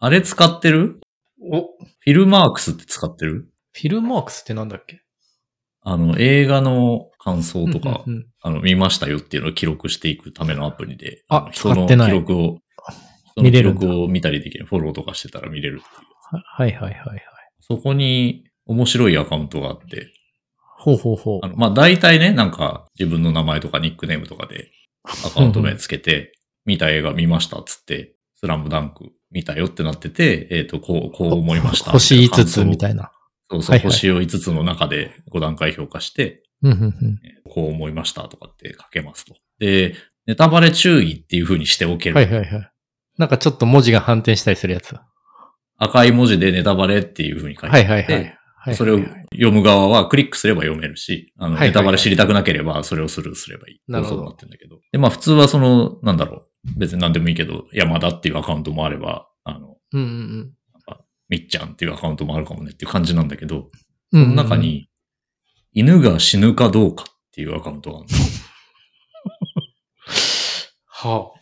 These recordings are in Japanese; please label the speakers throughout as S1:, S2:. S1: あれ使ってる
S2: お、フ
S1: フィルマークスって使ってる
S2: ィルマークスってなんだっけ
S1: あの、映画の感想とか、
S2: うんうんうん
S1: あの、見ましたよっていうのを記録していくためのアプリで、
S2: あ
S1: の人
S2: 使
S1: の
S2: ってない
S1: 記録を、人の
S2: 見
S1: 記
S2: れるんだ
S1: 録を見たりできる。フォローとかしてたら見れるっていう。
S2: ははいはいはいはい。
S1: そこに面白いアカウントがあって、
S2: ほうほうほ
S1: あ
S2: う。
S1: の、まあ、大体ね、なんか自分の名前とかニックネームとかでアカウント名つけて、見た映画見ましたっつって、スラムダンク見たよってなってて、えっ、と、こう、こう思いました。
S2: 星5つみた
S1: い
S2: いな。
S1: な感想を。そうそう、
S2: はいはい
S1: 星を5つの中で5段階評価して、
S2: うんうんうん。
S1: こう思いましたとかって書けますと。で、ネタバレ注意っていう風にしておける。
S2: はいはいはい。なんかちょっと文字が反転したりするやつ。は
S1: 赤い文字でネタバレっていう風に書い
S2: い
S1: てあ
S2: は
S1: っ
S2: い
S1: て、
S2: はい。はい
S1: それを読む側はクリックすれば読めるし、あの、
S2: はいはいはい
S1: ネタバレ知りたくなければそれをスルーすればいい。
S2: なるほど
S1: そうなってんだけど。で、まあ普通はその、なんだろう。別に何でもいいけど、山田っていうアカウントもあれば、あの、
S2: うんうん
S1: みっちゃんっていうアカウントもあるかもねっていう感じなんだけど、
S2: うん。
S1: その中に、犬が死ぬかどうかっていうアカウントがあるの
S2: うんうん。は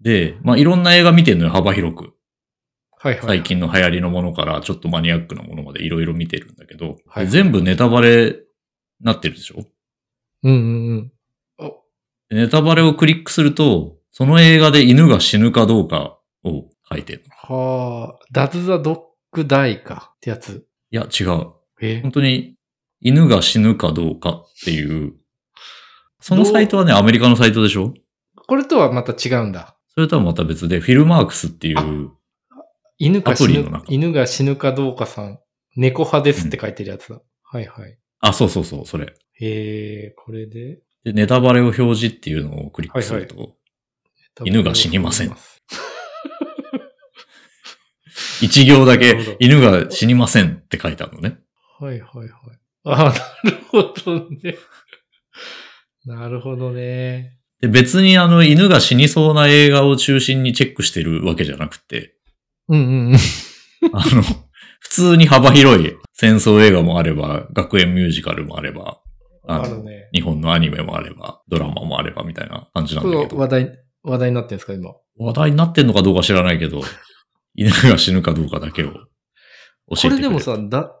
S1: で、まあいろんな映画見てるのよ、幅広く。
S2: あ。はいはい。
S1: 最。近の流行りのものからちょっとマニアックなものまでいろいろ見てるんだけど、
S2: はい
S1: 全部ネタバレなってるでしょ
S2: うんうんうん。お
S1: でネタバレをクリックすると、その映画で犬が死ぬかどうかを書いてる。
S2: はあ。ダズザドッグダイかってやつ。
S1: いや、違う。
S2: え
S1: 本当に犬が死ぬかどうかっていう。そのサイトはね、アメリカのサイトでしょ
S2: これとはまた違うんだ。
S1: それとはまた別で、フィルマークスっていう、
S2: 犬が死
S1: アプリの、
S2: ぬ
S1: 中
S2: 犬が死ぬかどうかさん、猫派ですって書いてるやつだ。はいはい。
S1: あ、そうそうそう、それ。
S2: へえ、これで、
S1: で、ネタバレを表示っていうのをクリックすると、犬が死にません一行だ
S2: なるほ
S1: け
S2: ど
S1: 犬が死にませんって書いてあるのね。
S2: はいはいはい。ああ、なるほどね。 なるほどね。
S1: で、別にあの、犬が死にそうな映画を中心にチェックしてるわけじゃなく て、
S2: うんうんうん。
S1: あの、普通に幅広い戦争映画もあれば、学園ミュージカルもあれば、あ
S2: あ
S1: の
S2: るね。
S1: 日本のアニメもあれば、ドラマもあればみたいな感じなん
S2: こ
S1: だ
S2: れ
S1: け
S2: が
S1: ど、
S2: 話題、話題になってるんですか、今。
S1: 話題になってんのかどうか知らないけど、 犬が死ぬかどうかだけを教えてく
S2: こ
S1: れ
S2: れでもさ、だ、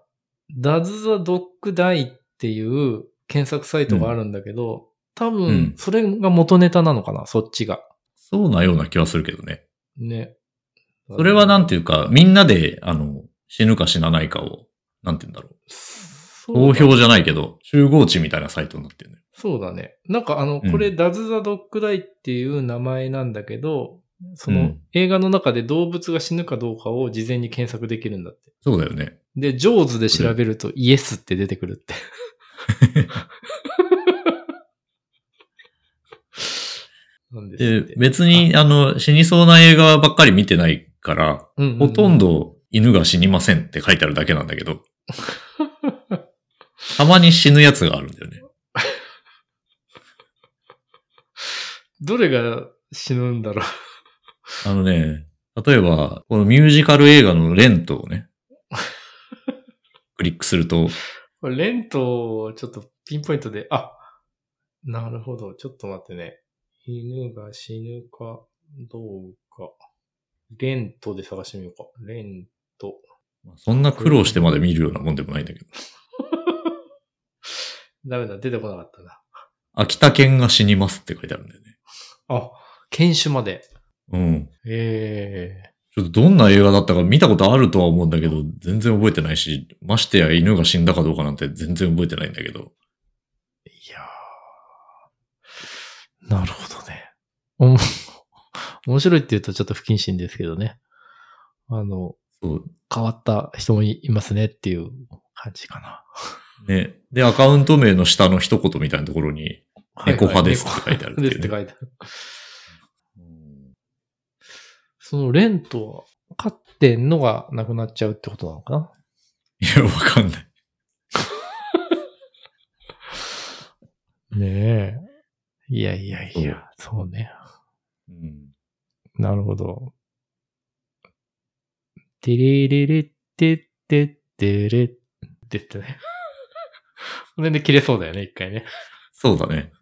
S2: ダズザドッグダイっていう検索サイトがあるんだけど、多
S1: うん
S2: 分、それが元ネタなのかな、そっちが。
S1: そうなような気はするけどね。
S2: ね。、
S1: それはなんんていうか、みんなで、あの、死ぬか死なないかを、なんて言うんだろう。
S2: そう
S1: 投
S2: だ
S1: 票じゃないけど、集合値みたいなサイトになってるね。
S2: そうだね。なんかあの、
S1: うん
S2: これ、ダズ・ザ・ドッグ・ダイっていう名前なんだけど、そうの
S1: ん
S2: 映画の中で動物が死ぬかどうかを事前に検索できるんだって。
S1: そうだよね。
S2: で、ジョーズで調べるとイエスって出てく るって。なんです
S1: で
S2: って、
S1: 別に、あの、死にそうな映画ばっかり見てないから、
S2: ううう
S1: ほとん。ど犬が死にませんって書いてあるだけなんだけど、たまに死ぬやつがあるんだよね。
S2: どれが死ぬんだろ
S1: あのね、例えば、このミュージカル映画のレントをね、クリックすると、
S2: う。これレントをちょっとピンポイントで、あ、なるほど。ちょっと待ってね。犬が死ぬかどうか。レントで探してみようか。レント。
S1: そんな苦労してまで見るようなもんでもないんだけど、
S2: ダメだ、出てこなかったな。
S1: 秋田犬が死にますって書いてあるんだよね。
S2: あ、犬種まで。
S1: うん。
S2: ええ
S1: ちょっとどんな映画だったか見たことあるとは思うんだけど、全然覚えてないし、ましてや犬が死んだかどうかなんて全然覚えてないんだけど。
S2: いやーなるほどね。おも 面白いって言うとちょっと不謹慎ですけどね。あの、
S1: そう。
S2: 変わった人もいいますねっていう感じかな。
S1: ね。で、アカウント名の下の一言みたいなところに、猫派ですって書いてあるっていうね
S2: 猫派ですって書いてある。そのレントは飼ってんのがなくなっちゃうってことなのかない
S1: や、わかんない。
S2: ねえ。いやいやいや、そうね。
S1: うん。
S2: なるほど。てれれれってってってれってってね。これで切れそうだよね、一回ね。
S1: そうだね。